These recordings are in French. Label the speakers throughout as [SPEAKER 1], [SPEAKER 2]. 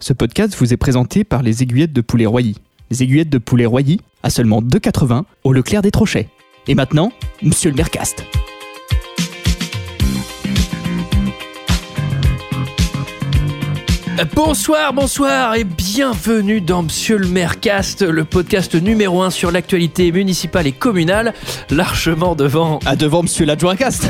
[SPEAKER 1] Ce podcast vous est présenté par les aiguillettes de poulet Royer. Les aiguillettes de poulet Royer à seulement 2,80 au Leclerc des Trochets. Et maintenant, Monsieur le Mercast.
[SPEAKER 2] Bonsoir, bonsoir et bienvenue dans Monsieur le Mercast, le podcast numéro 1 sur l'actualité municipale et communale, largement devant
[SPEAKER 1] À devant Monsieur l'Adjoint-Cast,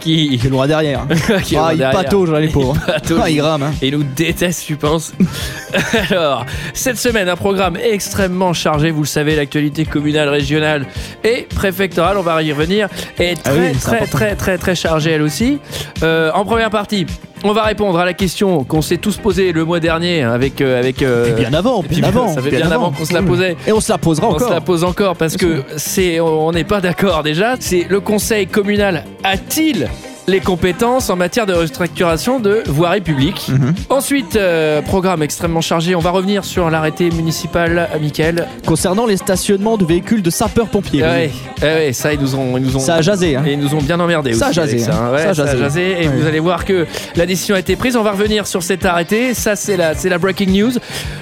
[SPEAKER 2] qui,
[SPEAKER 1] qui est loin derrière.
[SPEAKER 2] qui est
[SPEAKER 1] ah, il
[SPEAKER 2] derrière.
[SPEAKER 1] patauge, hein, les pauvres.
[SPEAKER 2] patauge.
[SPEAKER 1] Ah, il rame. hein.
[SPEAKER 2] et nous déteste, tu penses Alors, cette semaine, un programme extrêmement chargé, vous le savez, l'actualité communale, régionale et préfectorale, on va y revenir, est
[SPEAKER 1] Ah
[SPEAKER 2] très,
[SPEAKER 1] oui, c'est
[SPEAKER 2] très,
[SPEAKER 1] important.
[SPEAKER 2] très, très, très chargée elle aussi. Euh, en première partie, on va répondre à la question qu'on s'est tous posée le mois dernier avec... euh, avec euh,
[SPEAKER 1] Et Eh bien avant,
[SPEAKER 2] puis
[SPEAKER 1] bien avant.
[SPEAKER 2] ça fait bien avant qu'on se la posait.
[SPEAKER 1] Et on se la posera
[SPEAKER 2] On se la
[SPEAKER 1] encore.
[SPEAKER 2] pose encore parce que c'est, on n'est pas d'accord déjà. C'est le conseil communal a-t-il les compétences en matière de restructuration de voirie publique
[SPEAKER 1] Mhm.
[SPEAKER 2] Ensuite, euh, programme extrêmement chargé. On va revenir sur l'arrêté municipal amical.
[SPEAKER 1] Concernant les stationnements de véhicules de sapeurs-pompiers.
[SPEAKER 2] ouais, ouais, ouais, ça ils nous ont, ils nous ont,
[SPEAKER 1] Ça a jasé. hein.
[SPEAKER 2] et ils nous ont bien emmerdé.
[SPEAKER 1] Ça a
[SPEAKER 2] aussi
[SPEAKER 1] jasé,
[SPEAKER 2] avec
[SPEAKER 1] hein.
[SPEAKER 2] hein. Ouais,
[SPEAKER 1] Ça a
[SPEAKER 2] ça a
[SPEAKER 1] jasé.
[SPEAKER 2] jasé. Et
[SPEAKER 1] Ouais.
[SPEAKER 2] vous allez voir que la décision a été prise. On va revenir sur cet arrêté. Ça, c'est la, c'est la breaking news.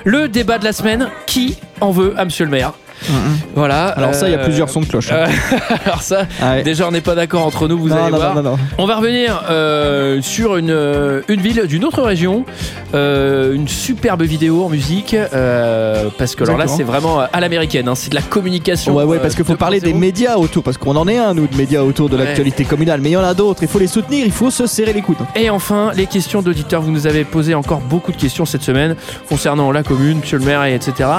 [SPEAKER 2] Le débat de la semaine. Qui en veut à Monsieur le Maire
[SPEAKER 1] Mhm.
[SPEAKER 2] Voilà.
[SPEAKER 1] Alors ça, il y a
[SPEAKER 2] euh,
[SPEAKER 1] plusieurs sons de cloche. hein.
[SPEAKER 2] euh, Alors ça,
[SPEAKER 1] Ah ouais.
[SPEAKER 2] déjà on n'est pas d'accord entre nous, vous
[SPEAKER 1] non,
[SPEAKER 2] allez
[SPEAKER 1] non,
[SPEAKER 2] voir.
[SPEAKER 1] non, non, non.
[SPEAKER 2] On va revenir euh, sur une, euh, une ville d'une autre région, euh, une superbe vidéo en musique, euh, parce que alors là
[SPEAKER 1] Exactement.
[SPEAKER 2] c'est vraiment à l'américaine, hein, c'est de la communication.
[SPEAKER 1] Ouais, ouais,
[SPEAKER 2] euh,
[SPEAKER 1] parce qu'il faut parler des
[SPEAKER 2] 2.0.
[SPEAKER 1] médias autour, parce qu'on en est un, nous, de médias autour de
[SPEAKER 2] Ouais.
[SPEAKER 1] l'actualité communale, mais il y en a d'autres, il faut les soutenir, il faut se serrer les coudes.
[SPEAKER 2] Et enfin, les questions d'auditeurs. Vous nous avez posé encore beaucoup de questions cette semaine concernant la commune, monsieur le maire, et etc.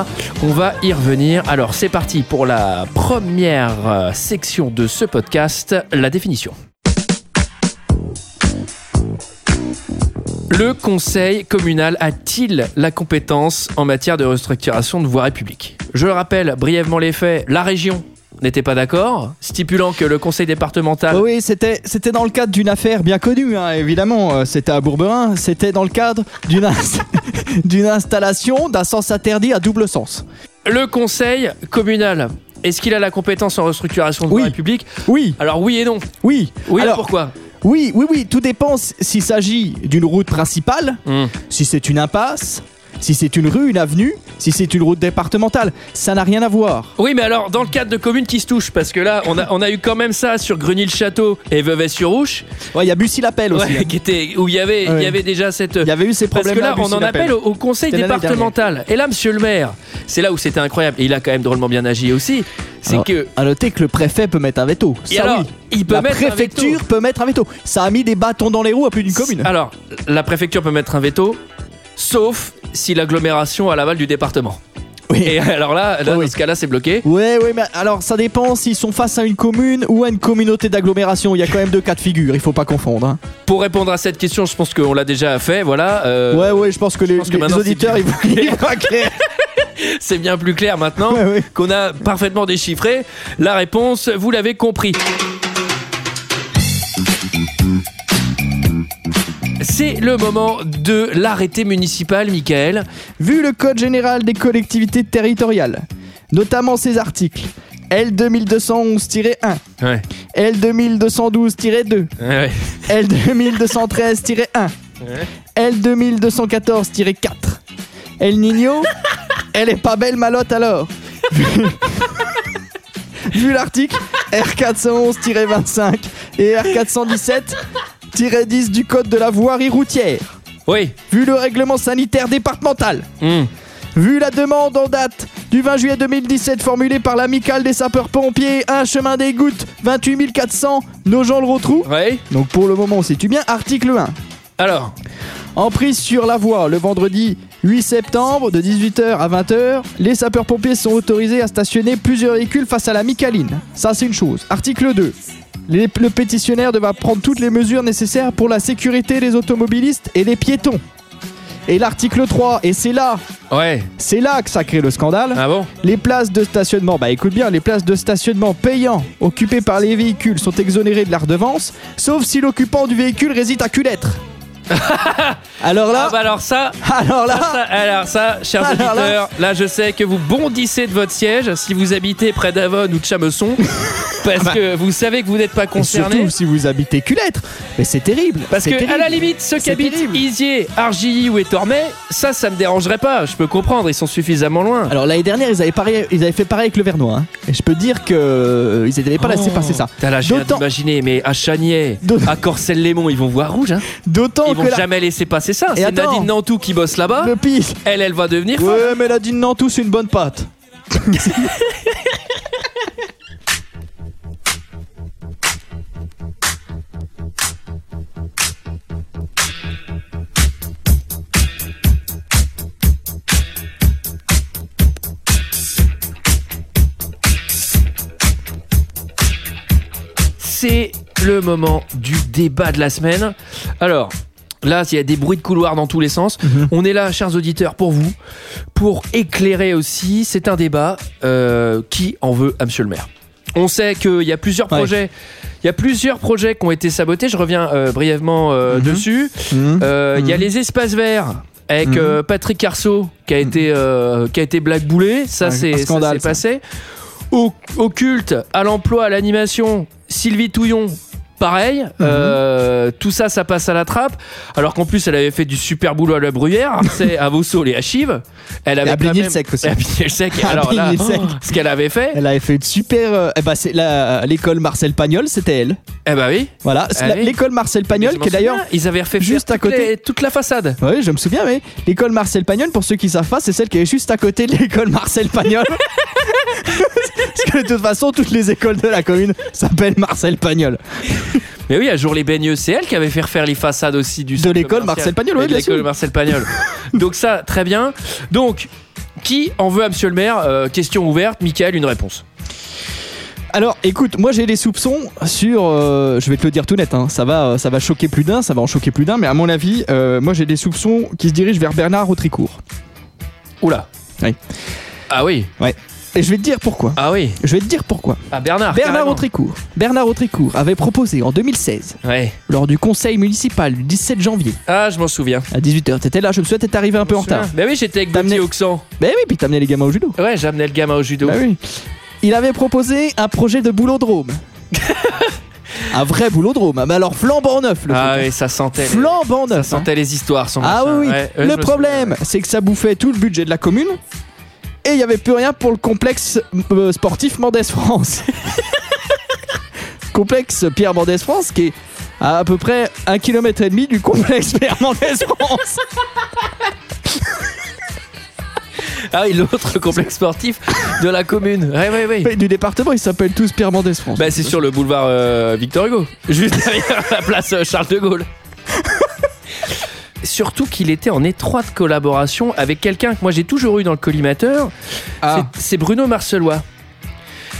[SPEAKER 2] On va y revenir. Alors, c'est parti pour la première euh, section de ce podcast, la définition. Le conseil communal a-t-il la compétence en matière de restructuration de voirie publique Je le rappelle brièvement les faits. La région n'était pas d'accord, stipulant que le conseil départemental
[SPEAKER 1] Ah Oui, c'était c'était dans le cadre d'une affaire bien connue, hein, évidemment. euh, C'était à Bourberin. C'était dans le cadre d'une ins- d'une installation d'un sens interdit à double sens.
[SPEAKER 2] Le conseil communal, est-ce qu'il a la compétence en restructuration de
[SPEAKER 1] Oui.
[SPEAKER 2] la République
[SPEAKER 1] Oui,
[SPEAKER 2] Alors oui et non.
[SPEAKER 1] oui,
[SPEAKER 2] Oui,
[SPEAKER 1] Alors-
[SPEAKER 2] pourquoi
[SPEAKER 1] oui, oui, oui. Tout dépend s- s'il s'agit d'une route principale,
[SPEAKER 2] Hum.
[SPEAKER 1] si c'est une impasse, si c'est une rue, une avenue, si c'est une route départementale. Ça n'a rien à voir.
[SPEAKER 2] Oui, mais alors, dans le cadre de communes qui se touchent, parce que là, on a, on a eu quand même ça sur Grenil-Château et Vevey-sur-Ouche,
[SPEAKER 1] Ouais, il y a Bussy l'appel aussi.
[SPEAKER 2] ouais,
[SPEAKER 1] hein.
[SPEAKER 2] qui était- où il y avait, il
[SPEAKER 1] Ouais.
[SPEAKER 2] y avait déjà cette...
[SPEAKER 1] Il y avait eu ces
[SPEAKER 2] Parce
[SPEAKER 1] problèmes
[SPEAKER 2] que là, on en appelle au, au conseil
[SPEAKER 1] C'était l'année
[SPEAKER 2] départemental. Et là, monsieur le maire, c'est là où c'était incroyable, et il a quand même drôlement bien agi aussi, c'est
[SPEAKER 1] Alors,
[SPEAKER 2] que...
[SPEAKER 1] À noter que le préfet peut mettre un veto.
[SPEAKER 2] et
[SPEAKER 1] Ça,
[SPEAKER 2] alors,
[SPEAKER 1] oui.
[SPEAKER 2] il peut
[SPEAKER 1] la
[SPEAKER 2] mettre un veto.
[SPEAKER 1] préfecture peut mettre un veto. Ça a mis des bâtons dans les roues à plus d'une commune.
[SPEAKER 2] Alors, la préfecture peut mettre un veto, sauf si l'agglomération a l'aval du département.
[SPEAKER 1] Oui.
[SPEAKER 2] Et euh, alors là, là,
[SPEAKER 1] Ah oui.
[SPEAKER 2] dans ce cas-là, c'est bloqué.
[SPEAKER 1] Ouais, ouais, mais alors ça dépend s'ils sont face à une commune ou à une communauté d'agglomération. Il y a quand même deux cas de figure, il faut pas confondre. hein.
[SPEAKER 2] Pour répondre à cette question, je pense qu'on l'a déjà fait. Voilà, euh,
[SPEAKER 1] ouais, ouais, je pense que les,
[SPEAKER 2] pense que
[SPEAKER 1] les
[SPEAKER 2] maintenant,
[SPEAKER 1] auditeurs,
[SPEAKER 2] c'est
[SPEAKER 1] ils vont, ils vont créer.
[SPEAKER 2] c'est bien plus clair maintenant
[SPEAKER 1] Ouais, ouais.
[SPEAKER 2] qu'on a parfaitement déchiffré la réponse. Vous l'avez compris. C'est le moment de l'arrêté municipal, Michael.
[SPEAKER 1] Vu le Code général des collectivités territoriales, notamment ses articles L2211-1,
[SPEAKER 2] Ouais,
[SPEAKER 1] L2212-2,
[SPEAKER 2] ouais,
[SPEAKER 1] L2213-1,
[SPEAKER 2] ouais.
[SPEAKER 1] L2214-4. El Nino, elle est pas belle malotte alors. Vu l'article R411-25 et R417-10 du code de la voirie routière.
[SPEAKER 2] Oui.
[SPEAKER 1] Vu le règlement sanitaire départemental.
[SPEAKER 2] Hmm.
[SPEAKER 1] Vu la demande en date du 20 juillet 2017 formulée par l'amicale des sapeurs-pompiers, 1 chemin des gouttes, 28 400, Nogent-le-Rotrou.
[SPEAKER 2] Ouais.
[SPEAKER 1] Donc pour le moment, on sait-tu bien Article 1.
[SPEAKER 2] Alors,
[SPEAKER 1] En prise sur la voie le vendredi 8 septembre de 18h à 20h, les sapeurs-pompiers sont autorisés à stationner plusieurs véhicules face à la Micaline. Ça, c'est une chose. Article 2. Les- le pétitionnaire devra prendre toutes les mesures nécessaires pour la sécurité des automobilistes et des piétons. Et l'article 3, et c'est là,
[SPEAKER 2] ouais.
[SPEAKER 1] c'est là que ça crée le scandale.
[SPEAKER 2] Ah bon
[SPEAKER 1] Les places de stationnement, bah écoute bien, les places de stationnement payants occupées par les véhicules sont exonérées de la redevance, sauf si l'occupant du véhicule réside à Culêtre. Alors là,
[SPEAKER 2] Ah bah alors ça,
[SPEAKER 1] alors là,
[SPEAKER 2] Ah, ça, alors ça, chers
[SPEAKER 1] Alors là.
[SPEAKER 2] auditeurs, là je sais que vous bondissez de votre siège si vous habitez près d'Avon ou de Chameson, parce que vous savez que vous n'êtes pas
[SPEAKER 1] Bah. et
[SPEAKER 2] concerné.
[SPEAKER 1] surtout si vous habitez Culêtre, mais c'est terrible.
[SPEAKER 2] Parce que,
[SPEAKER 1] c'est terrible.
[SPEAKER 2] à la limite, ceux qui
[SPEAKER 1] C'est
[SPEAKER 2] habitent
[SPEAKER 1] terrible.
[SPEAKER 2] Isier, Argilly ou Étormay, ça, ça me dérangerait pas. Je peux comprendre, ils sont suffisamment loin.
[SPEAKER 1] Alors l'année dernière, ils avaient, parié- ils avaient fait pareil avec le Vernois. hein. Et je peux dire que euh, ils n'avaient pas
[SPEAKER 2] Oh.
[SPEAKER 1] laissé passer ça.
[SPEAKER 2] T'as la j'ai hâte
[SPEAKER 1] D'autant-
[SPEAKER 2] d'imaginer, mais à Chanier,
[SPEAKER 1] D'autant-
[SPEAKER 2] à Corcelles-Lémont, ils vont voir rouge. Hein.
[SPEAKER 1] D'autant
[SPEAKER 2] Ils vont
[SPEAKER 1] que la-
[SPEAKER 2] jamais laisser passer ça.
[SPEAKER 1] Et
[SPEAKER 2] C'est
[SPEAKER 1] attends.
[SPEAKER 2] Nadine Nantou qui bosse là-bas.
[SPEAKER 1] le pire.
[SPEAKER 2] Elle, elle va devenir. folle.
[SPEAKER 1] Ouais, mais elle a dit non tous une bonne patte.
[SPEAKER 2] C'est le moment du débat de la semaine. Alors, là, il y a des bruits de couloir dans tous les sens.
[SPEAKER 1] Mhm.
[SPEAKER 2] On est là, chers auditeurs, pour vous, pour éclairer aussi. C'est un débat euh, qui en veut à Monsieur le maire. On sait qu'il y a plusieurs
[SPEAKER 1] Ouais.
[SPEAKER 2] projets. Il y a plusieurs projets qui ont été sabotés. Je reviens euh, brièvement euh,
[SPEAKER 1] Mhm.
[SPEAKER 2] dessus. Euh, Il y a
[SPEAKER 1] Mhm.
[SPEAKER 2] les espaces verts avec
[SPEAKER 1] Mhm.
[SPEAKER 2] euh, Patrick Carceau qui a été euh, qui a été blackboulé. Ça
[SPEAKER 1] Un- Hmm. un
[SPEAKER 2] c'est ça
[SPEAKER 1] scandale,
[SPEAKER 2] s'est
[SPEAKER 1] ça.
[SPEAKER 2] passé. Au, au culte, à l'emploi, à l'animation, Sylvie Touillon. Pareil,
[SPEAKER 1] Hmm.
[SPEAKER 2] euh, tout ça, ça passe à la trappe. Alors qu'en plus, elle avait fait du super boulot à la bruyère, c'est à Vosso les Hachives. Elle
[SPEAKER 1] Et
[SPEAKER 2] avait
[SPEAKER 1] à
[SPEAKER 2] quand même-
[SPEAKER 1] Blignil-Sec aussi.
[SPEAKER 2] Et à Blignil-Sec.
[SPEAKER 1] À
[SPEAKER 2] Alors là,
[SPEAKER 1] Blignil-Sec.
[SPEAKER 2] oh, ce qu'elle avait fait,
[SPEAKER 1] Elle avait fait une super. euh, eh ben, c'est la- l'école Marcel Pagnol, c'était elle.
[SPEAKER 2] eh ben oui.
[SPEAKER 1] Voilà, c'est la-
[SPEAKER 2] oui.
[SPEAKER 1] l'école Marcel Pagnol
[SPEAKER 2] Je m'en
[SPEAKER 1] qui est d'ailleurs.
[SPEAKER 2] souviens, ils avaient refait
[SPEAKER 1] juste
[SPEAKER 2] faire
[SPEAKER 1] à
[SPEAKER 2] toutes
[SPEAKER 1] côté.
[SPEAKER 2] les- toute la façade.
[SPEAKER 1] Oui, je me souviens, mais l'école Marcel Pagnol, pour ceux qui savent pas, c'est celle qui est juste à côté de l'école Marcel Pagnol. Parce que de toute façon, toutes les écoles de la commune s'appellent Marcel Pagnol.
[SPEAKER 2] Mais oui, un jour les baigneux, c'est elle qui avait fait refaire les façades aussi du centre
[SPEAKER 1] l'école
[SPEAKER 2] commercial.
[SPEAKER 1] Marcel Pagnol,
[SPEAKER 2] Et
[SPEAKER 1] ouais,
[SPEAKER 2] de
[SPEAKER 1] bien sûr.
[SPEAKER 2] l'école Marcel Pagnol. Donc ça, très bien. Donc, qui en veut à Monsieur le Maire Euh, Question ouverte. Michael, une réponse.
[SPEAKER 1] Alors, écoute, moi j'ai des soupçons sur. euh, je vais te le dire tout net, hein, ça, va, euh, ça va choquer plus d'un, ça va en choquer plus d'un, mais à mon avis, euh, moi j'ai des soupçons qui se dirigent vers Bernard Autricourt.
[SPEAKER 2] Oula.
[SPEAKER 1] Oui.
[SPEAKER 2] Ah oui.
[SPEAKER 1] Et je vais te dire pourquoi.
[SPEAKER 2] Ah oui.
[SPEAKER 1] Je vais te dire pourquoi.
[SPEAKER 2] Ah Bernard.
[SPEAKER 1] Bernard
[SPEAKER 2] carrément.
[SPEAKER 1] Autricourt. Bernard Autricourt avait proposé en 2016,
[SPEAKER 2] Ouais.
[SPEAKER 1] lors du conseil municipal du 17 janvier,
[SPEAKER 2] Ah, je m'en souviens.
[SPEAKER 1] à 18h, t'étais là, je me souviens, t'étais arrivé un peu en retard.
[SPEAKER 2] Bah oui, j'étais avec
[SPEAKER 1] T'as
[SPEAKER 2] Damien
[SPEAKER 1] amené-
[SPEAKER 2] Auxan.
[SPEAKER 1] Ben oui, puis t'as amené les gamins au judo.
[SPEAKER 2] Ouais, j'amenais le gamin au judo.
[SPEAKER 1] Bah oui. Il avait proposé un projet de boulodrome. un vrai boulodrome. Ah, Mais alors flambant neuf, le
[SPEAKER 2] Ah
[SPEAKER 1] truc.
[SPEAKER 2] oui, ça sentait. les-
[SPEAKER 1] Flambant
[SPEAKER 2] Ça
[SPEAKER 1] neuf. hein.
[SPEAKER 2] sentait les histoires. son
[SPEAKER 1] Ah oui,
[SPEAKER 2] machin.
[SPEAKER 1] oui.
[SPEAKER 2] Ouais, ouais, je me
[SPEAKER 1] le
[SPEAKER 2] souviens.
[SPEAKER 1] problème, c'est que ça bouffait tout le budget de la commune. Et il n'y avait plus rien pour le complexe euh, sportif Mendès France. complexe Pierre Mendès France qui est à à peu près un kilomètre et demi du complexe Pierre Mendès France.
[SPEAKER 2] Ah oui, l'autre complexe sportif de la commune. Ouais, ouais, ouais.
[SPEAKER 1] Mais du département, ils s'appellent tous Pierre Mendès France.
[SPEAKER 2] Bah c'est sur le boulevard euh, Victor Hugo, juste derrière la place euh, Charles de Gaulle. Surtout qu'il était en étroite collaboration avec quelqu'un que moi j'ai toujours eu dans le collimateur,
[SPEAKER 1] ah,
[SPEAKER 2] c'est c'est Bruno Marcelois.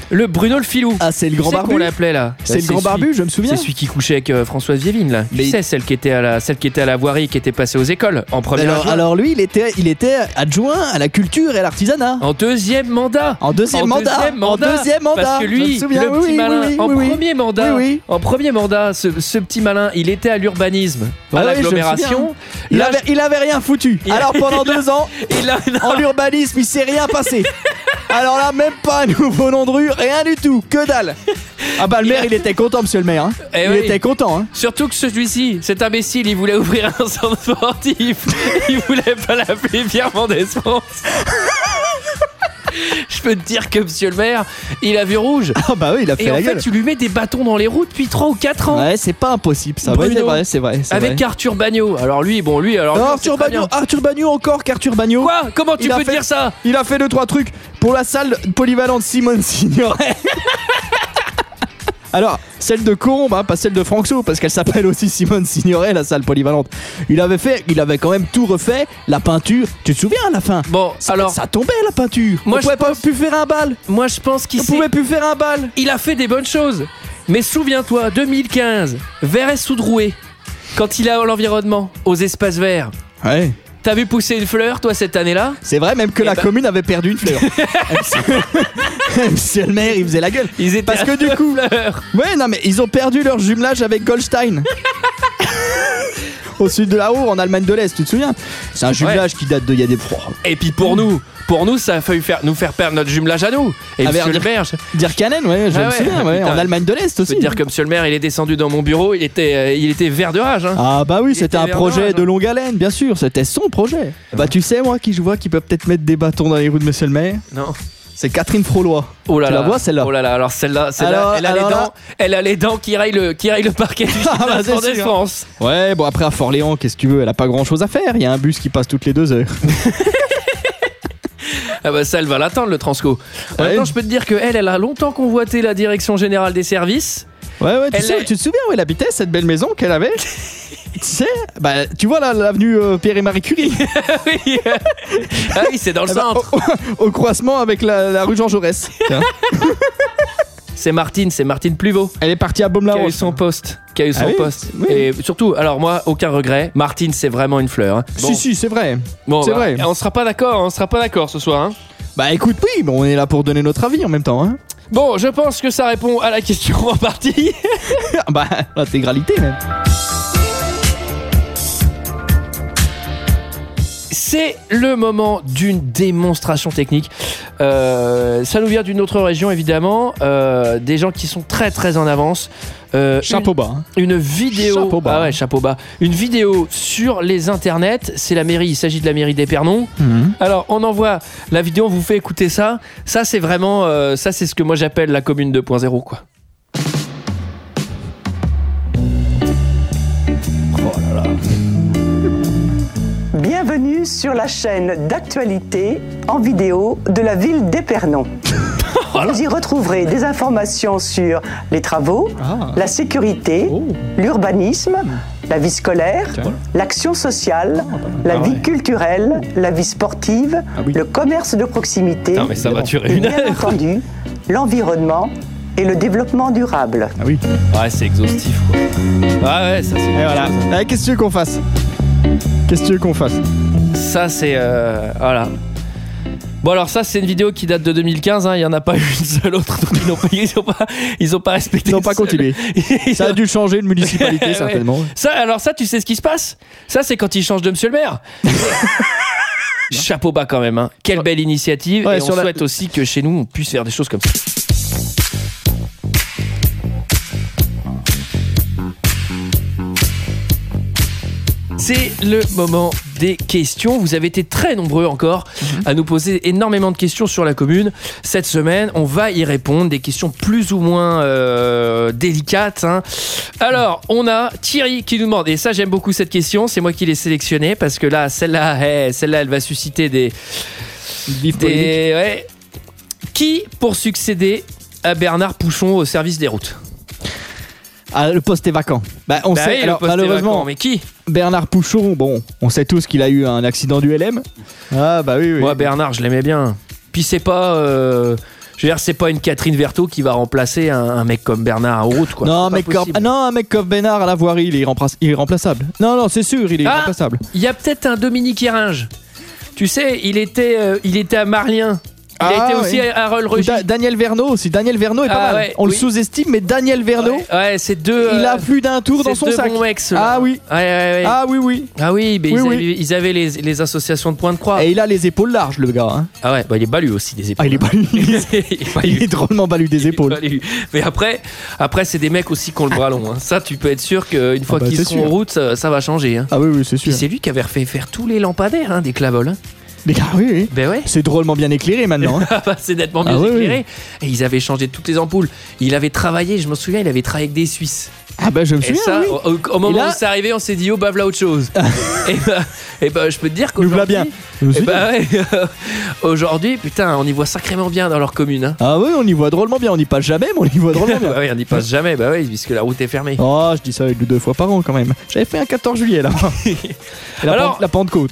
[SPEAKER 2] Le Bruno le filou.
[SPEAKER 1] Ah, c'est le
[SPEAKER 2] Tu
[SPEAKER 1] grand
[SPEAKER 2] sais qu'on
[SPEAKER 1] barbu.
[SPEAKER 2] l'appelait là.
[SPEAKER 1] C'est
[SPEAKER 2] Bah,
[SPEAKER 1] le grand
[SPEAKER 2] celui-
[SPEAKER 1] barbu, je me
[SPEAKER 2] C'est
[SPEAKER 1] souviens.
[SPEAKER 2] celui qui couchait avec euh, Françoise Vievine là.
[SPEAKER 1] Mais-
[SPEAKER 2] Tu sais celle qui était à la celle qui était à la voirie qui était passée aux écoles en première
[SPEAKER 1] Alors,
[SPEAKER 2] juin.
[SPEAKER 1] alors lui, il était, il était adjoint à la culture et à l'artisanat.
[SPEAKER 2] en deuxième mandat.
[SPEAKER 1] En deuxième
[SPEAKER 2] en
[SPEAKER 1] mandat.
[SPEAKER 2] deuxième
[SPEAKER 1] en
[SPEAKER 2] mandat,
[SPEAKER 1] deuxième mandat.
[SPEAKER 2] Parce que
[SPEAKER 1] je
[SPEAKER 2] lui,
[SPEAKER 1] me souviens,
[SPEAKER 2] le
[SPEAKER 1] oui,
[SPEAKER 2] petit
[SPEAKER 1] oui,
[SPEAKER 2] malin,
[SPEAKER 1] oui,
[SPEAKER 2] en
[SPEAKER 1] oui, oui.
[SPEAKER 2] premier mandat,
[SPEAKER 1] Oui, oui.
[SPEAKER 2] en premier mandat, ce, ce petit malin, il était à l'urbanisme, à
[SPEAKER 1] Ouais, ouais, je me
[SPEAKER 2] l'agglomération.
[SPEAKER 1] Il,
[SPEAKER 2] Là,
[SPEAKER 1] avait, il avait rien foutu.
[SPEAKER 2] Il a-
[SPEAKER 1] Alors pendant
[SPEAKER 2] il a-
[SPEAKER 1] deux ans,
[SPEAKER 2] je- il a- non,
[SPEAKER 1] en urbanisme, il s'est rien passé. Alors là, même pas un nouveau nom de rue, rien du tout, que dalle. Ah bah le maire, il était content, monsieur le maire. hein.
[SPEAKER 2] Eh
[SPEAKER 1] Il
[SPEAKER 2] oui.
[SPEAKER 1] était content. hein.
[SPEAKER 2] Surtout que celui-ci, cet imbécile, il voulait ouvrir un centre sportif. Il voulait pas l'appeler Pierre Mendès France. Je peux te dire que Monsieur le Maire, il a vu rouge.
[SPEAKER 1] Ah bah oui, il a fait
[SPEAKER 2] Et en
[SPEAKER 1] la
[SPEAKER 2] fait,
[SPEAKER 1] gueule.
[SPEAKER 2] tu lui mets des bâtons dans les roues depuis 3 ou 4 ans.
[SPEAKER 1] Ouais, c'est pas impossible, ça. Ouais,
[SPEAKER 2] Bruno.
[SPEAKER 1] c'est vrai, c'est vrai. c'est
[SPEAKER 2] avec
[SPEAKER 1] vrai.
[SPEAKER 2] Arthur Bagnot. Alors lui, bon, lui, alors. lui, on sait
[SPEAKER 1] Arthur
[SPEAKER 2] très
[SPEAKER 1] Bagnot,
[SPEAKER 2] bien.
[SPEAKER 1] Arthur Bagnot encore qu'Arthur Bagnot.
[SPEAKER 2] Quoi Comment tu
[SPEAKER 1] Il a
[SPEAKER 2] peux
[SPEAKER 1] fait-
[SPEAKER 2] dire ça
[SPEAKER 1] Il a fait deux trois trucs pour la salle polyvalente Simone Signoret. Alors, celle de Coombe, hein, pas celle de Franxo, parce qu'elle s'appelle aussi Simone Signoret, la salle polyvalente. Il avait fait, il avait quand même tout refait, la peinture. Tu te souviens à la fin
[SPEAKER 2] Bon,
[SPEAKER 1] ça,
[SPEAKER 2] alors,
[SPEAKER 1] ça tombait la peinture.
[SPEAKER 2] Moi,
[SPEAKER 1] on
[SPEAKER 2] je
[SPEAKER 1] pouvait pas plus faire un bal.
[SPEAKER 2] moi je pense qu'il
[SPEAKER 1] On
[SPEAKER 2] s'est-
[SPEAKER 1] pouvait plus faire un bal.
[SPEAKER 2] il a fait des bonnes choses. Mais souviens-toi, 2015, Verret Soudroué, quand il a l'environnement, aux espaces verts.
[SPEAKER 1] Ouais.
[SPEAKER 2] T'as vu pousser une fleur, toi, cette année-là
[SPEAKER 1] C'est vrai même que
[SPEAKER 2] Eh
[SPEAKER 1] la
[SPEAKER 2] ben-
[SPEAKER 1] commune avait perdu une fleur. Monsieur- Monsieur le maire, il faisait la gueule.
[SPEAKER 2] Ils étaient
[SPEAKER 1] Parce que du coup,
[SPEAKER 2] fleurs.
[SPEAKER 1] Ouais, non, mais ils ont perdu leur jumelage avec Goldstein. au sud de la Ruhr, en Allemagne de l'Est, tu te souviens C'est un jumelage qui date de il y a des pro.
[SPEAKER 2] Et puis pour nous, pour nous, ça a failli faire, nous faire perdre notre jumelage à nous. Et
[SPEAKER 1] Ah,
[SPEAKER 2] monsieur
[SPEAKER 1] merde.
[SPEAKER 2] le maire, je
[SPEAKER 1] Dirkanen, ouais, je
[SPEAKER 2] Ah
[SPEAKER 1] me
[SPEAKER 2] ouais,
[SPEAKER 1] souviens, ouais,
[SPEAKER 2] putain.
[SPEAKER 1] en Allemagne de l'est
[SPEAKER 2] peux
[SPEAKER 1] aussi.
[SPEAKER 2] te dire que monsieur le maire, il est descendu dans mon bureau, il était, euh, il était vert de rage. hein.
[SPEAKER 1] Ah bah oui,
[SPEAKER 2] Il était
[SPEAKER 1] c'était un
[SPEAKER 2] vers
[SPEAKER 1] projet
[SPEAKER 2] l'orage,
[SPEAKER 1] de
[SPEAKER 2] hein. Ah.
[SPEAKER 1] longue haleine, bien sûr, c'était son projet. Bah tu sais moi qui je vois qui peut peut-être mettre des bâtons dans les roues de Monsieur le Maire,
[SPEAKER 2] Non.
[SPEAKER 1] c'est Catherine Frolois.
[SPEAKER 2] Oh là
[SPEAKER 1] Tu la
[SPEAKER 2] là.
[SPEAKER 1] vois, celle-là
[SPEAKER 2] Oh là là. Alors celle-là, celle-là,
[SPEAKER 1] Alors-
[SPEAKER 2] elle a
[SPEAKER 1] alors
[SPEAKER 2] les dents,
[SPEAKER 1] là-
[SPEAKER 2] elle a les dents qui raillent le, qui raillent le parquet du
[SPEAKER 1] Ah, bah,
[SPEAKER 2] Gymnase
[SPEAKER 1] c'est
[SPEAKER 2] Vendée
[SPEAKER 1] sûr.
[SPEAKER 2] France.
[SPEAKER 1] Ouais, bon après à Fort-Léon, qu'est-ce que tu veux, elle a pas grand-chose à faire, il y a un bus qui passe toutes les deux heures.
[SPEAKER 2] Ah bah ça, elle va l'attendre le Transco. En
[SPEAKER 1] Ouais.
[SPEAKER 2] même temps, je peux te dire que elle, elle a longtemps convoité la direction générale des services.
[SPEAKER 1] Ouais ouais, tu,
[SPEAKER 2] Elle
[SPEAKER 1] sais-
[SPEAKER 2] est-
[SPEAKER 1] tu te souviens où elle habitait cette belle maison qu'elle avait Tu sais, bah tu vois là l'avenue euh, Pierre et Marie Curie
[SPEAKER 2] ah oui, Ah oui, c'est dans le
[SPEAKER 1] Eh ben,
[SPEAKER 2] centre.
[SPEAKER 1] au, au croisement avec la, la rue Jean Jaurès. Tiens. oh.
[SPEAKER 2] C'est Martine, c'est Martine Pluvaux
[SPEAKER 1] Elle est partie à
[SPEAKER 2] qui a eu
[SPEAKER 1] Baume-la-Roche.
[SPEAKER 2] son poste. Qui a eu son
[SPEAKER 1] hein. Ah oui,
[SPEAKER 2] poste.
[SPEAKER 1] oui.
[SPEAKER 2] Et surtout, alors moi, aucun regret. Martine, c'est vraiment une fleur. hein. Bon,
[SPEAKER 1] Si si, c'est vrai.
[SPEAKER 2] bon,
[SPEAKER 1] c'est
[SPEAKER 2] bah,
[SPEAKER 1] vrai.
[SPEAKER 2] On sera pas d'accord, on sera pas d'accord ce soir. hein.
[SPEAKER 1] Bah écoute, oui, mais on est là pour donner notre avis en même temps. Hein.
[SPEAKER 2] Bon, je pense que ça répond à la question en partie.
[SPEAKER 1] Ah bah, l'intégralité même.
[SPEAKER 2] C'est le moment d'une démonstration technique. Euh, ça nous vient d'une autre région évidemment, Euh, des gens qui sont très très en avance. Euh,
[SPEAKER 1] Chapeau bas. hein.
[SPEAKER 2] Une vidéo.
[SPEAKER 1] Chapeau bas.
[SPEAKER 2] Ah ouais, chapeau bas. Une vidéo sur les internets. C'est la mairie. Il s'agit de la mairie d'Épernon.
[SPEAKER 1] Mhm.
[SPEAKER 2] Alors, on envoie la vidéo. On vous fait écouter ça. Ça, c'est vraiment. euh, ça, c'est ce que moi j'appelle la commune 2.0, quoi.
[SPEAKER 3] Bienvenue sur la chaîne d'actualité en vidéo de la ville d'Épernon. Vous y retrouverez des informations sur les travaux,
[SPEAKER 1] Ah.
[SPEAKER 3] la sécurité,
[SPEAKER 1] Oh.
[SPEAKER 3] l'urbanisme, la vie scolaire,
[SPEAKER 1] Tiens.
[SPEAKER 3] l'action sociale,
[SPEAKER 1] mal.
[SPEAKER 3] la
[SPEAKER 1] Ah
[SPEAKER 3] vie
[SPEAKER 1] ouais.
[SPEAKER 3] culturelle, la vie sportive,
[SPEAKER 1] Ah oui.
[SPEAKER 3] le commerce de proximité
[SPEAKER 2] Putain, mais ça va durer
[SPEAKER 3] et
[SPEAKER 2] une
[SPEAKER 3] bien
[SPEAKER 2] heure.
[SPEAKER 3] entendu l'environnement et le développement durable.
[SPEAKER 1] Ah oui.
[SPEAKER 2] Ouais, c'est exhaustif, quoi. Ah ouais, ça c'est.
[SPEAKER 1] Et voilà. Ah, Qu'est-ce que tu veux qu'on fasse Qu'est-ce que tu veux qu'on fasse
[SPEAKER 2] Ça, c'est. euh, voilà. Bon, alors, ça, c'est une vidéo qui date de 2015. hein. Il n'y en a pas eu une seule autre. Donc, ils n'ont pas, ils ont pas, ils ont pas respecté.
[SPEAKER 1] Ils n'ont pas
[SPEAKER 2] une seule-
[SPEAKER 1] continué.
[SPEAKER 2] Ils
[SPEAKER 1] Ça
[SPEAKER 2] ont-
[SPEAKER 1] a dû changer de municipalité
[SPEAKER 2] Ouais.
[SPEAKER 1] certainement.
[SPEAKER 2] Ça, alors ça, tu sais ce qui se passe Ça, c'est quand ils changent de monsieur le maire. Chapeau bas quand même. hein. Quelle belle initiative.
[SPEAKER 1] Ouais,
[SPEAKER 2] et
[SPEAKER 1] sur
[SPEAKER 2] on
[SPEAKER 1] la-
[SPEAKER 2] souhaite aussi que chez nous, on puisse faire des choses comme ça. C'est le moment des questions. Vous avez été très nombreux encore à nous poser énormément de questions sur la commune. Cette semaine, on va y répondre. Des questions plus ou moins euh, délicates. hein. Alors, on a Thierry qui nous demande, et ça j'aime beaucoup cette question, c'est moi qui l'ai sélectionnée, parce que là, celle-là, eh, celle-là, elle va susciter des...
[SPEAKER 1] Vive polémique.
[SPEAKER 2] des ouais. Qui pour succéder à Bernard Pouchon au service des routes
[SPEAKER 1] Ah, le poste est vacant. Bah on
[SPEAKER 2] Bah
[SPEAKER 1] sait.
[SPEAKER 2] oui, le
[SPEAKER 1] alors,
[SPEAKER 2] poste est
[SPEAKER 1] malheureusement,
[SPEAKER 2] vacant, mais qui
[SPEAKER 1] Bernard Pouchon. Bon, on sait tous qu'il a eu un accident du LM. Ah bah oui. oui.
[SPEAKER 2] Moi, Bernard, je l'aimais bien. Puis c'est pas... euh, Je veux dire, c'est pas une Catherine Vertot qui va remplacer un, un mec comme Bernard en route, quoi.
[SPEAKER 1] non,
[SPEAKER 2] C'est pas
[SPEAKER 1] mec comme,
[SPEAKER 2] possible.
[SPEAKER 1] ah, non, un mec comme Bénard à la voirie, il est, irrempla- il est remplaçable. Non, non, c'est sûr, il est
[SPEAKER 2] Ah.
[SPEAKER 1] remplaçable.
[SPEAKER 2] Il y a peut-être un Dominique Héringe. Tu sais, il était, euh, il était à Marlien. Il
[SPEAKER 1] Ah,
[SPEAKER 2] a été aussi
[SPEAKER 1] oui.
[SPEAKER 2] à Harold
[SPEAKER 1] Ou
[SPEAKER 2] Rugis.
[SPEAKER 1] Da- Daniel Verneau aussi. Daniel Verneau est pas
[SPEAKER 2] Ah
[SPEAKER 1] mal.
[SPEAKER 2] ouais,
[SPEAKER 1] on le
[SPEAKER 2] oui.
[SPEAKER 1] sous-estime, mais Daniel Verneau,
[SPEAKER 2] Ouais, ouais, c'est deux.
[SPEAKER 1] il
[SPEAKER 2] euh,
[SPEAKER 1] a plus d'un tour dans
[SPEAKER 2] c'est
[SPEAKER 1] son
[SPEAKER 2] deux
[SPEAKER 1] sac.
[SPEAKER 2] bons ex, là.
[SPEAKER 1] ah oui.
[SPEAKER 2] Ouais, ouais, ouais. Ah,
[SPEAKER 1] Ah oui, oui.
[SPEAKER 2] oui, mais
[SPEAKER 1] Oui,
[SPEAKER 2] ils,
[SPEAKER 1] oui.
[SPEAKER 2] Avaient, ils avaient les, les associations de points de croix.
[SPEAKER 1] Et il a les épaules larges, le gars. hein.
[SPEAKER 2] Ah ouais, bah, il est balu aussi des épaules. hein.
[SPEAKER 1] Ah, il est balu.
[SPEAKER 2] il est balu.
[SPEAKER 1] il est drôlement balu des
[SPEAKER 2] Il est
[SPEAKER 1] épaules.
[SPEAKER 2] balu. Mais après, après c'est des mecs aussi qui ont le bras long. hein. Ça, tu peux être sûr qu'une fois
[SPEAKER 1] bah,
[SPEAKER 2] qu'ils
[SPEAKER 1] c'est
[SPEAKER 2] seront en
[SPEAKER 1] sûr.
[SPEAKER 2] route, ça, ça va changer. hein.
[SPEAKER 1] Ah oui, oui, c'est
[SPEAKER 2] Puis
[SPEAKER 1] sûr.
[SPEAKER 2] c'est lui qui avait refait faire tous les lampadaires hein, des clavoles. hein.
[SPEAKER 1] Les gars, oui, oui.
[SPEAKER 2] Ben ouais.
[SPEAKER 1] C'est drôlement bien éclairé maintenant. hein.
[SPEAKER 2] Ah bah, c'est nettement mieux
[SPEAKER 1] Ah oui,
[SPEAKER 2] éclairé. Et ils avaient changé toutes les ampoules. Il avait travaillé, je m'en souviens, il avait travaillé avec des Suisses.
[SPEAKER 1] Ah bah je me
[SPEAKER 2] Et
[SPEAKER 1] souviens.
[SPEAKER 2] ça,
[SPEAKER 1] oui.
[SPEAKER 2] au, au- au moment
[SPEAKER 1] là- Ah.
[SPEAKER 2] où c'est arrivé, on s'est dit, oh, bah voilà autre chose. et, bah, et bah, je peux te dire
[SPEAKER 1] Nous voilà
[SPEAKER 2] qu'aujourd'hui.
[SPEAKER 1] bien. Je me
[SPEAKER 2] eh
[SPEAKER 1] suis dit-
[SPEAKER 2] bah ouais, aujourd'hui, putain, on y voit sacrément bien dans leur commune. Hein.
[SPEAKER 1] Ah oui, on y voit drôlement bien. On n'y passe jamais, mais on y voit drôlement bien.
[SPEAKER 2] Bah ouais, on n'y passe jamais, bah oui, puisque la route est fermée.
[SPEAKER 1] Oh, je dis ça avec deux fois par an quand même. J'avais fait un 14 juillet là. Et la,
[SPEAKER 2] Alors-
[SPEAKER 1] Pente- la Pentecôte.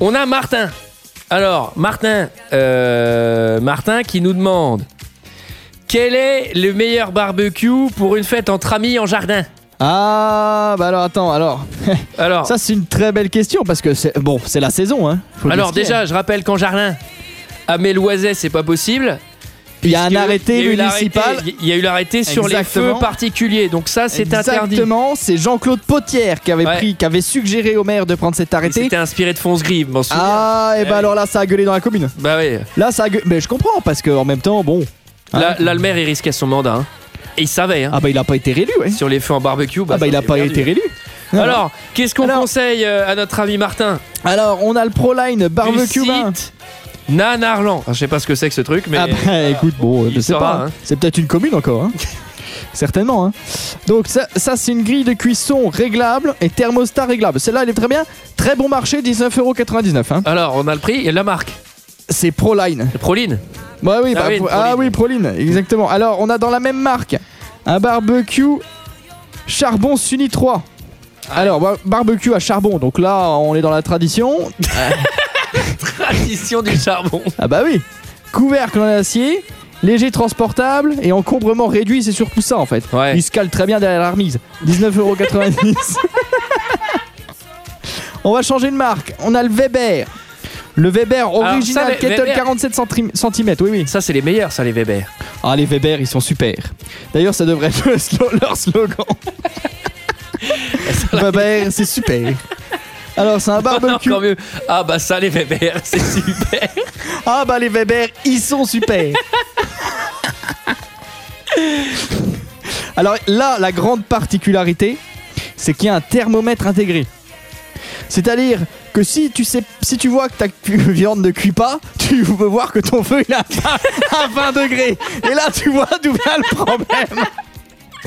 [SPEAKER 2] On a Martin. Alors, Martin, euh, Martin qui nous demande quel est le meilleur barbecue pour une fête entre amis en jardin
[SPEAKER 1] Ah bah alors attends, alors.
[SPEAKER 2] Alors,
[SPEAKER 1] Ça c'est une très belle question parce que c'est bon, c'est la saison hein. Faut dire
[SPEAKER 2] Alors
[SPEAKER 1] ce qu'il y a.
[SPEAKER 2] déjà, je rappelle qu'en jardin, à Méloiset, c'est pas possible.
[SPEAKER 1] Il y a un
[SPEAKER 2] Puisque
[SPEAKER 1] arrêté
[SPEAKER 2] il y a eu
[SPEAKER 1] municipal.
[SPEAKER 2] l'arrêté- Il y a eu l'arrêté sur les
[SPEAKER 1] Exactement.
[SPEAKER 2] feux particuliers, donc ça c'est interdit.
[SPEAKER 1] Exactement, c'est Jean-Claude Potière qui avait
[SPEAKER 2] Ouais.
[SPEAKER 1] pris, qui avait suggéré au maire de prendre cet
[SPEAKER 2] Et
[SPEAKER 1] arrêté.
[SPEAKER 2] C'était inspiré de Fonsgrive, je m'en souviens.
[SPEAKER 1] Ah, et
[SPEAKER 2] Eh
[SPEAKER 1] bah alors là, ça a gueulé dans la commune.
[SPEAKER 2] Bah oui.
[SPEAKER 1] Là, ça a gueulé. Mais je comprends, parce que en même temps, bon. hein.
[SPEAKER 2] Là, là, le maire il risquait son mandat. hein. Et il savait. hein.
[SPEAKER 1] Ah bah il a pas été réélu, ouais.
[SPEAKER 2] Sur les feux en barbecue, bah,
[SPEAKER 1] ah bah
[SPEAKER 2] ça,
[SPEAKER 1] il a
[SPEAKER 2] c'est
[SPEAKER 1] pas
[SPEAKER 2] perdu.
[SPEAKER 1] été réélu.
[SPEAKER 2] Alors, qu'est-ce qu'on
[SPEAKER 1] Alors-
[SPEAKER 2] conseille euh, à notre ami Martin
[SPEAKER 1] Alors, on a le Proline Barbecue
[SPEAKER 2] Du site
[SPEAKER 1] 20.
[SPEAKER 2] Nanarland. Je sais pas ce que c'est que ce truc, mais.
[SPEAKER 1] Ah bah, écoute, bon,
[SPEAKER 2] il
[SPEAKER 1] je sais
[SPEAKER 2] saura,
[SPEAKER 1] pas.
[SPEAKER 2] hein.
[SPEAKER 1] C'est peut-être une commune encore. hein. Certainement. hein. Donc ça, ça c'est une grille de cuisson réglable et thermostat réglable. Celle-là, elle est très bien. Très bon marché, 19,99€. Hein.
[SPEAKER 2] Alors, on a le prix et la marque.
[SPEAKER 1] C'est Proline.
[SPEAKER 2] Le Proline.
[SPEAKER 1] Ouais, oui,
[SPEAKER 2] Ah
[SPEAKER 1] bah,
[SPEAKER 2] oui,
[SPEAKER 1] Pro-
[SPEAKER 2] une
[SPEAKER 1] ah
[SPEAKER 2] Proline.
[SPEAKER 1] oui, Proline, exactement. Alors, on a dans la même marque un barbecue charbon Sunny 3.
[SPEAKER 2] Ah
[SPEAKER 1] Alors, bar- barbecue à charbon, donc là, on est dans la tradition.
[SPEAKER 2] Tradition du charbon.
[SPEAKER 1] Ah bah oui Couvercle en acier, léger transportable et encombrement réduit, c'est surtout ça en fait.
[SPEAKER 2] Ouais.
[SPEAKER 1] Il se cale très bien derrière la remise. 19,90€. on va changer de marque. On a le Weber. Le Weber
[SPEAKER 2] ça,
[SPEAKER 1] original
[SPEAKER 2] les
[SPEAKER 1] kettle
[SPEAKER 2] Weber-
[SPEAKER 1] 47 cm, oui oui.
[SPEAKER 2] Ça, c'est les meilleurs, ça, les Weber.
[SPEAKER 1] Ah les Weber ils sont super. D'ailleurs ça devrait être le slo- leur slogan. Weber c'est super. Alors c'est un barbecue.
[SPEAKER 2] Encore mieux. Ah, bah ça, les Weber, c'est super.
[SPEAKER 1] Ah bah les Weber, ils sont super. Alors là, la grande particularité, c'est qu'il y a un thermomètre intégré. C'est-à-dire que si tu sais, si tu vois que ta cu- viande ne cuit pas, tu peux voir que ton feu il est à 20, à 20 degrés. Et là, tu vois d'où vient le problème.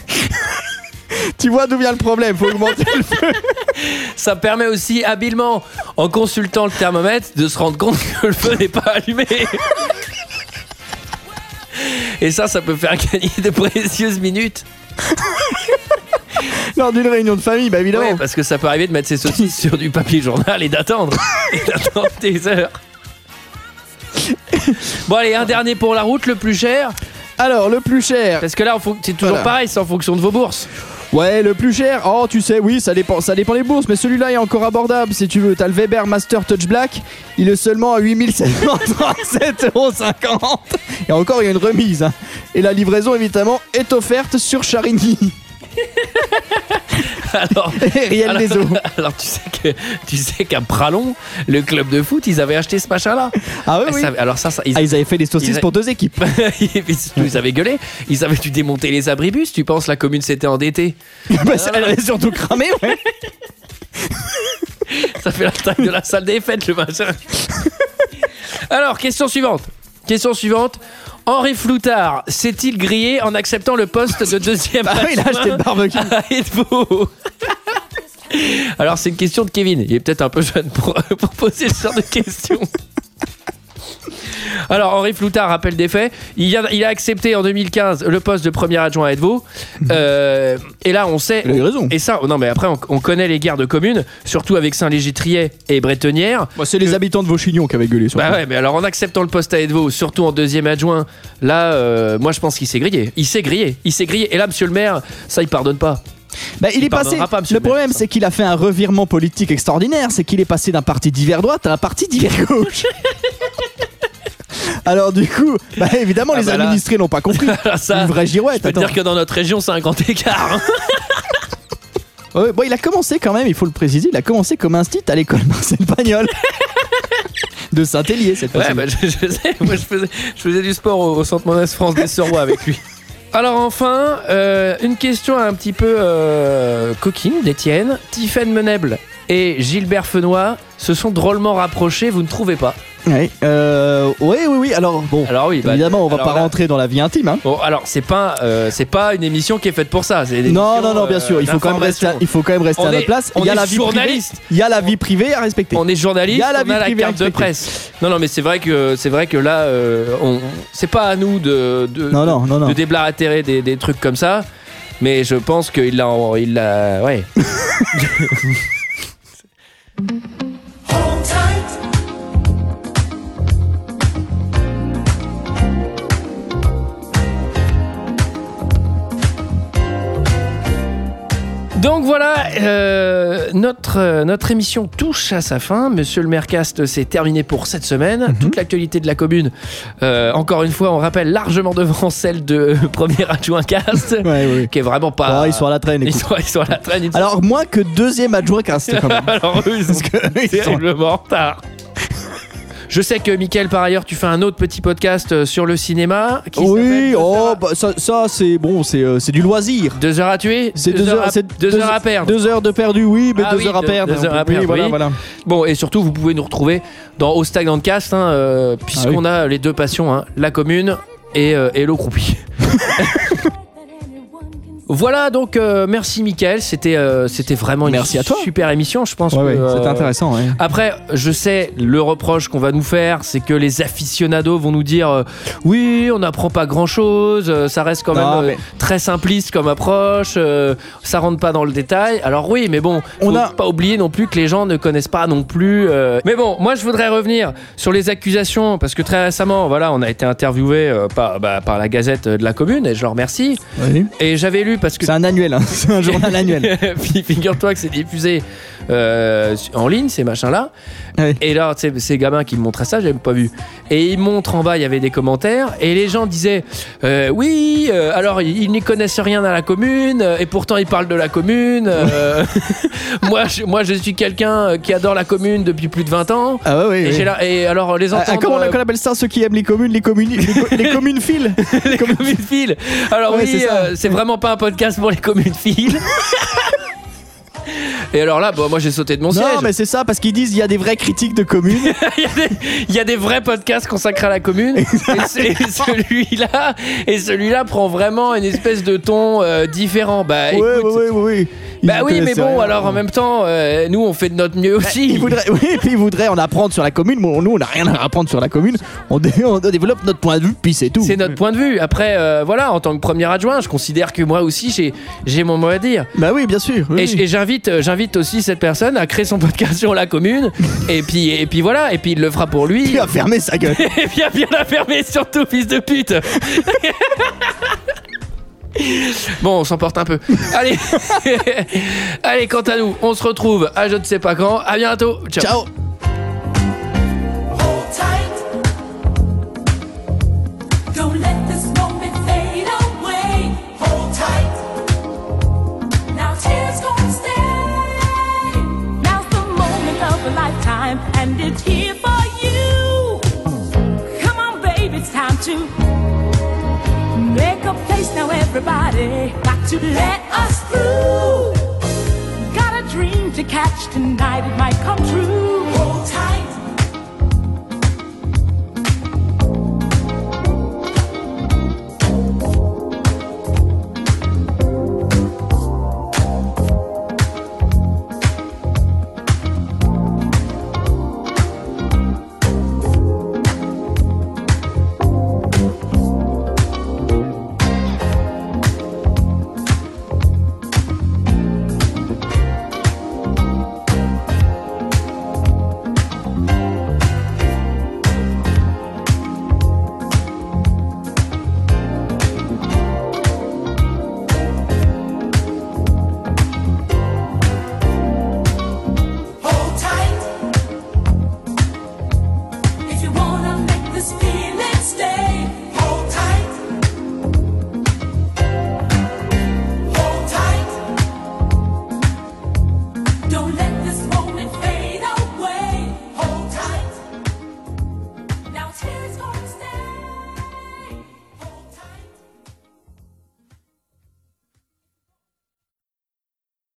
[SPEAKER 1] tu vois d'où vient le problème. Faut augmenter le feu.
[SPEAKER 2] Ça permet aussi habilement, en consultant le thermomètre, de se rendre compte que le feu n'est pas allumé. Et ça, ça peut faire gagner de précieuses minutes.
[SPEAKER 1] lors d'une réunion de famille, bah évidemment.
[SPEAKER 2] Ouais, parce que ça peut arriver de mettre ses saucisses sur du papier journal et d'attendre. et d'attendre des heures. Bon, allez, un dernier pour la route, le plus cher.
[SPEAKER 1] Alors le plus cher,
[SPEAKER 2] Parce que là, en fon- c'est toujours
[SPEAKER 1] Voilà.
[SPEAKER 2] pareil, c'est en fonction de vos bourses.
[SPEAKER 1] Ouais, le plus cher. Oh, tu sais, oui, ça dépend, ça dépend des bourses, mais celui-là est encore abordable si tu veux. T'as le Weber Master Touch Black, il est seulement à 8737,50€. Et encore, il y a une remise. hein. Et la livraison, évidemment, est offerte sur Charigny.
[SPEAKER 2] Alors,
[SPEAKER 1] Et Riel des Eaux.
[SPEAKER 2] alors tu sais que tu sais qu'à Pralon, le club de foot, ils avaient acheté ce machin-là.
[SPEAKER 1] Ah oui, Ah, oui.
[SPEAKER 2] Ça- alors ça, ça- ils,
[SPEAKER 1] Ah, ils avaient fait des saucisses
[SPEAKER 2] Ils a-
[SPEAKER 1] pour deux équipes.
[SPEAKER 2] ils avaient gueulé. Ils avaient dû démonter les abribus. Tu penses la commune s'était endettée
[SPEAKER 1] bah, ça elle est surtout cramée, ouais.
[SPEAKER 2] Ça fait la taille de la salle des fêtes, le machin. Alors, question suivante. Question suivante. Henri Floutard s'est-il grillé en acceptant le poste de deuxième
[SPEAKER 1] Ah oui, il a acheté le barbecue.
[SPEAKER 2] à Edvo Alors, c'est une question de Kevin. Il est peut-être un peu jeune pour, pour poser ce genre de questions. Alors, Henri Floutard rappelle des faits. Il a, il a accepté en 2015 le poste de premier adjoint à Edvo. Euh, et là, on sait.
[SPEAKER 1] Mhm. Il a eu raison.
[SPEAKER 2] Et ça, oh non, mais après, on, on connaît les guerres de communes, surtout avec Saint-Légitrier et Bretonnière.
[SPEAKER 1] Bah, c'est les habitants de Vauchignon qui avaient gueulé sur
[SPEAKER 2] Bah ouais, mais alors en acceptant le poste à Edvo, surtout en deuxième adjoint, là, euh, moi je pense qu'il s'est grillé. Il s'est grillé, il s'est grillé. Et là, monsieur le maire, ça, il pardonne pas.
[SPEAKER 1] Bah, il,
[SPEAKER 2] Il
[SPEAKER 1] est passé.
[SPEAKER 2] pardonnera pas, monsieur
[SPEAKER 1] le
[SPEAKER 2] le maire,
[SPEAKER 1] problème,
[SPEAKER 2] ça.
[SPEAKER 1] c'est qu'il a fait un revirement politique extraordinaire. C'est qu'il est passé d'un parti d'hiver droite à un parti d'hiver gauche. Alors, du coup, bah, évidemment,
[SPEAKER 2] Ah,
[SPEAKER 1] les
[SPEAKER 2] bah là.
[SPEAKER 1] administrés n'ont pas compris.
[SPEAKER 2] Alors ça,
[SPEAKER 1] Une vraie girouette.
[SPEAKER 2] je peux te
[SPEAKER 1] attends.
[SPEAKER 2] dire que dans notre région, c'est un grand écart. hein.
[SPEAKER 1] Ouais, bon, il a commencé quand même, il faut le préciser, il a commencé comme instit à l'école Marcel Pagnol. De Saint-Hélier, cette fois-ci.
[SPEAKER 2] Ouais, bah, je, je sais, moi je faisais, je faisais du sport au, au Centre Monas France des Sorois avec lui. Alors enfin, euh, une question un petit peu euh, coquine d'Étienne. Tiffaine Menable et Gilbert Fenoy se sont drôlement rapprochés, vous ne trouvez pas
[SPEAKER 1] Ouais, euh, oui, oui, oui. Alors, bon,
[SPEAKER 2] Alors oui, bah,
[SPEAKER 1] évidemment, on va
[SPEAKER 2] alors
[SPEAKER 1] pas
[SPEAKER 2] là-
[SPEAKER 1] rentrer dans la vie intime. hein.
[SPEAKER 2] Bon, alors c'est pas, euh, c'est pas une émission qui est faite pour ça. c'est une
[SPEAKER 1] Non,
[SPEAKER 2] émission,
[SPEAKER 1] non, non, bien
[SPEAKER 2] euh,
[SPEAKER 1] sûr, il faut quand même rester, à,
[SPEAKER 2] d'information.
[SPEAKER 1] il faut quand même rester
[SPEAKER 2] On
[SPEAKER 1] à
[SPEAKER 2] est-
[SPEAKER 1] notre place.
[SPEAKER 2] on
[SPEAKER 1] Il y a
[SPEAKER 2] est
[SPEAKER 1] la vie privée,
[SPEAKER 2] journaliste.
[SPEAKER 1] il y a la vie privée à respecter.
[SPEAKER 2] On est journaliste,
[SPEAKER 1] Il y a la
[SPEAKER 2] on a
[SPEAKER 1] vie
[SPEAKER 2] la
[SPEAKER 1] privée à
[SPEAKER 2] carte de
[SPEAKER 1] respecter.
[SPEAKER 2] presse. Non, non, mais c'est vrai que c'est vrai que là, euh, on, c'est pas à nous de de,
[SPEAKER 1] Non, non, non, non.
[SPEAKER 2] de déblatérer des, des trucs comme ça. Mais je pense qu'il l'a, il l'a, ouais. Donc voilà, euh, notre, euh, notre émission touche à sa fin. Monsieur le Mercast, c'est terminé pour cette semaine.
[SPEAKER 1] Mhm.
[SPEAKER 2] Toute l'actualité de la commune, euh, encore une fois, on rappelle largement devant celle de Premier Adjoint Cast,
[SPEAKER 1] Ouais, oui.
[SPEAKER 2] qui est vraiment pas.
[SPEAKER 1] Ah, ils sont à la traîne,
[SPEAKER 2] Bah, ils
[SPEAKER 1] écoute.
[SPEAKER 2] sont- ils sont à la traîne. ils sont-
[SPEAKER 1] Alors, moins que deuxième adjoint cast, quand même.
[SPEAKER 2] Alors eux, ils sont
[SPEAKER 1] Parce que eux, ils sont-
[SPEAKER 2] terriblement en retard. Je sais que Mickaël, par ailleurs, tu fais un autre petit podcast euh, sur le cinéma. Qui
[SPEAKER 1] Oui,
[SPEAKER 2] s'appelle
[SPEAKER 1] oh, bah, ça, ça, c'est bon, c'est euh, c'est du loisir.
[SPEAKER 2] Deux heures à tuer
[SPEAKER 1] C'est deux heures,
[SPEAKER 2] à,
[SPEAKER 1] c'est
[SPEAKER 2] deux heures à perdre.
[SPEAKER 1] Deux heures de perdu, oui, mais
[SPEAKER 2] Ah
[SPEAKER 1] deux
[SPEAKER 2] oui,
[SPEAKER 1] heures à
[SPEAKER 2] deux-
[SPEAKER 1] perdre.
[SPEAKER 2] deux heures
[SPEAKER 1] on
[SPEAKER 2] à
[SPEAKER 1] peut- oui,
[SPEAKER 2] perdre,
[SPEAKER 1] voilà,
[SPEAKER 2] oui.
[SPEAKER 1] voilà.
[SPEAKER 2] Bon, et surtout, vous pouvez nous retrouver dans Au Staglandcast, hein, euh,
[SPEAKER 1] Ah
[SPEAKER 2] puisqu'on a les deux passions, hein, la commune et, euh, et l'eau croupie. voilà, donc euh, merci Michael, c'était euh, c'était vraiment une
[SPEAKER 1] Merci à toi.
[SPEAKER 2] super émission, je pense.
[SPEAKER 1] Ouais,
[SPEAKER 2] que,
[SPEAKER 1] ouais,
[SPEAKER 2] euh,
[SPEAKER 1] c'était intéressant. ouais.
[SPEAKER 2] Après, je sais le reproche qu'on va nous faire, c'est que les aficionados vont nous dire euh, oui, on n'apprend pas grand chose, ça reste quand
[SPEAKER 1] Non,
[SPEAKER 2] même euh, très simpliste comme approche, euh, ça rentre pas dans le détail. Alors oui, mais bon,
[SPEAKER 1] On
[SPEAKER 2] faut
[SPEAKER 1] a-
[SPEAKER 2] pas oublier non plus que les gens ne connaissent pas non plus. euh. Mais bon, moi je voudrais revenir sur les accusations parce que très récemment, voilà, on a été interviewé euh, par, bah, par la Gazette de la Commune et je leur remercie.
[SPEAKER 1] Oui.
[SPEAKER 2] Et j'avais lu parce que
[SPEAKER 1] C'est un annuel, hein. c'est un journal annuel.
[SPEAKER 2] Puis figure-toi que c'est diffusé euh, en ligne, ces machins-là.
[SPEAKER 1] Ouais.
[SPEAKER 2] Et là, tu sais, ces gamins qui me montraient ça, j'avais pas vu. Et ils montrent en bas, il y avait des commentaires. Et les gens disaient euh, Oui, euh, alors ils ils n'y connaissent rien à la commune. euh, Et pourtant, ils parlent de la commune. euh, moi, je, moi, je suis quelqu'un euh, qui adore la commune depuis plus de 20 ans.
[SPEAKER 1] Ah ouais, ouais,
[SPEAKER 2] Et,
[SPEAKER 1] ouais.
[SPEAKER 2] j'ai la- et alors, les
[SPEAKER 1] Ah,
[SPEAKER 2] entendre.
[SPEAKER 1] ah, comment on
[SPEAKER 2] euh,
[SPEAKER 1] qu'on appelle ça ceux qui aiment les communes, les communes, les, co- les communes files
[SPEAKER 2] les communes files. Alors
[SPEAKER 1] Ouais,
[SPEAKER 2] oui,
[SPEAKER 1] c'est ça.
[SPEAKER 2] euh, c'est vraiment pas un podcast pour les communes files. Et alors là, bon, moi j'ai sauté de mon siège.
[SPEAKER 1] Non, mais c'est ça parce qu'ils disent il y a des vraies critiques de communes.
[SPEAKER 2] il, y a des, il y a des vrais podcasts consacrés à la commune. et c'est- et celui-là, et celui-là prend vraiment une espèce de ton euh, différent. Bah,
[SPEAKER 1] Ouais,
[SPEAKER 2] écoute,
[SPEAKER 1] ouais, ouais, ouais. Ils
[SPEAKER 2] bah
[SPEAKER 1] y
[SPEAKER 2] oui, mais
[SPEAKER 1] connaissent
[SPEAKER 2] bon,
[SPEAKER 1] rien. Bah,
[SPEAKER 2] alors en même temps, euh, nous on fait de notre mieux aussi.
[SPEAKER 1] Ils voudraient- oui, et puis ils voudraient en apprendre sur la commune. Bon, nous, on n'a rien à apprendre sur la commune. On, dé- on développe notre point de vue, puis c'est tout.
[SPEAKER 2] C'est notre point de vue. Après, euh, voilà, en tant que premier adjoint, je considère que moi aussi j'ai j'ai mon mot à dire.
[SPEAKER 1] Bah oui, bien sûr. oui,
[SPEAKER 2] Et,
[SPEAKER 1] oui.
[SPEAKER 2] j- et j'invite, euh, j'invite aussi cette personne à créer son podcast sur la commune. et puis, et puis voilà. Et puis il le fera pour lui.
[SPEAKER 1] Puis à fermer sa gueule.
[SPEAKER 2] et bien, bien la fermer surtout, fils de pute. bon, on s'emporte un peu. Allez, allez. Quant à nous, on se retrouve à je ne sais pas quand. À bientôt. Ciao.
[SPEAKER 1] Ciao.
[SPEAKER 4] Hold tight. Don't let this moment fade away. Hold tight. Now tears gonna stay. Now's the moment of a lifetime, and it's here for you. Come on, baby, it's time to make a place now. Everybody, got to let us through. Got a dream to catch tonight. It might come true.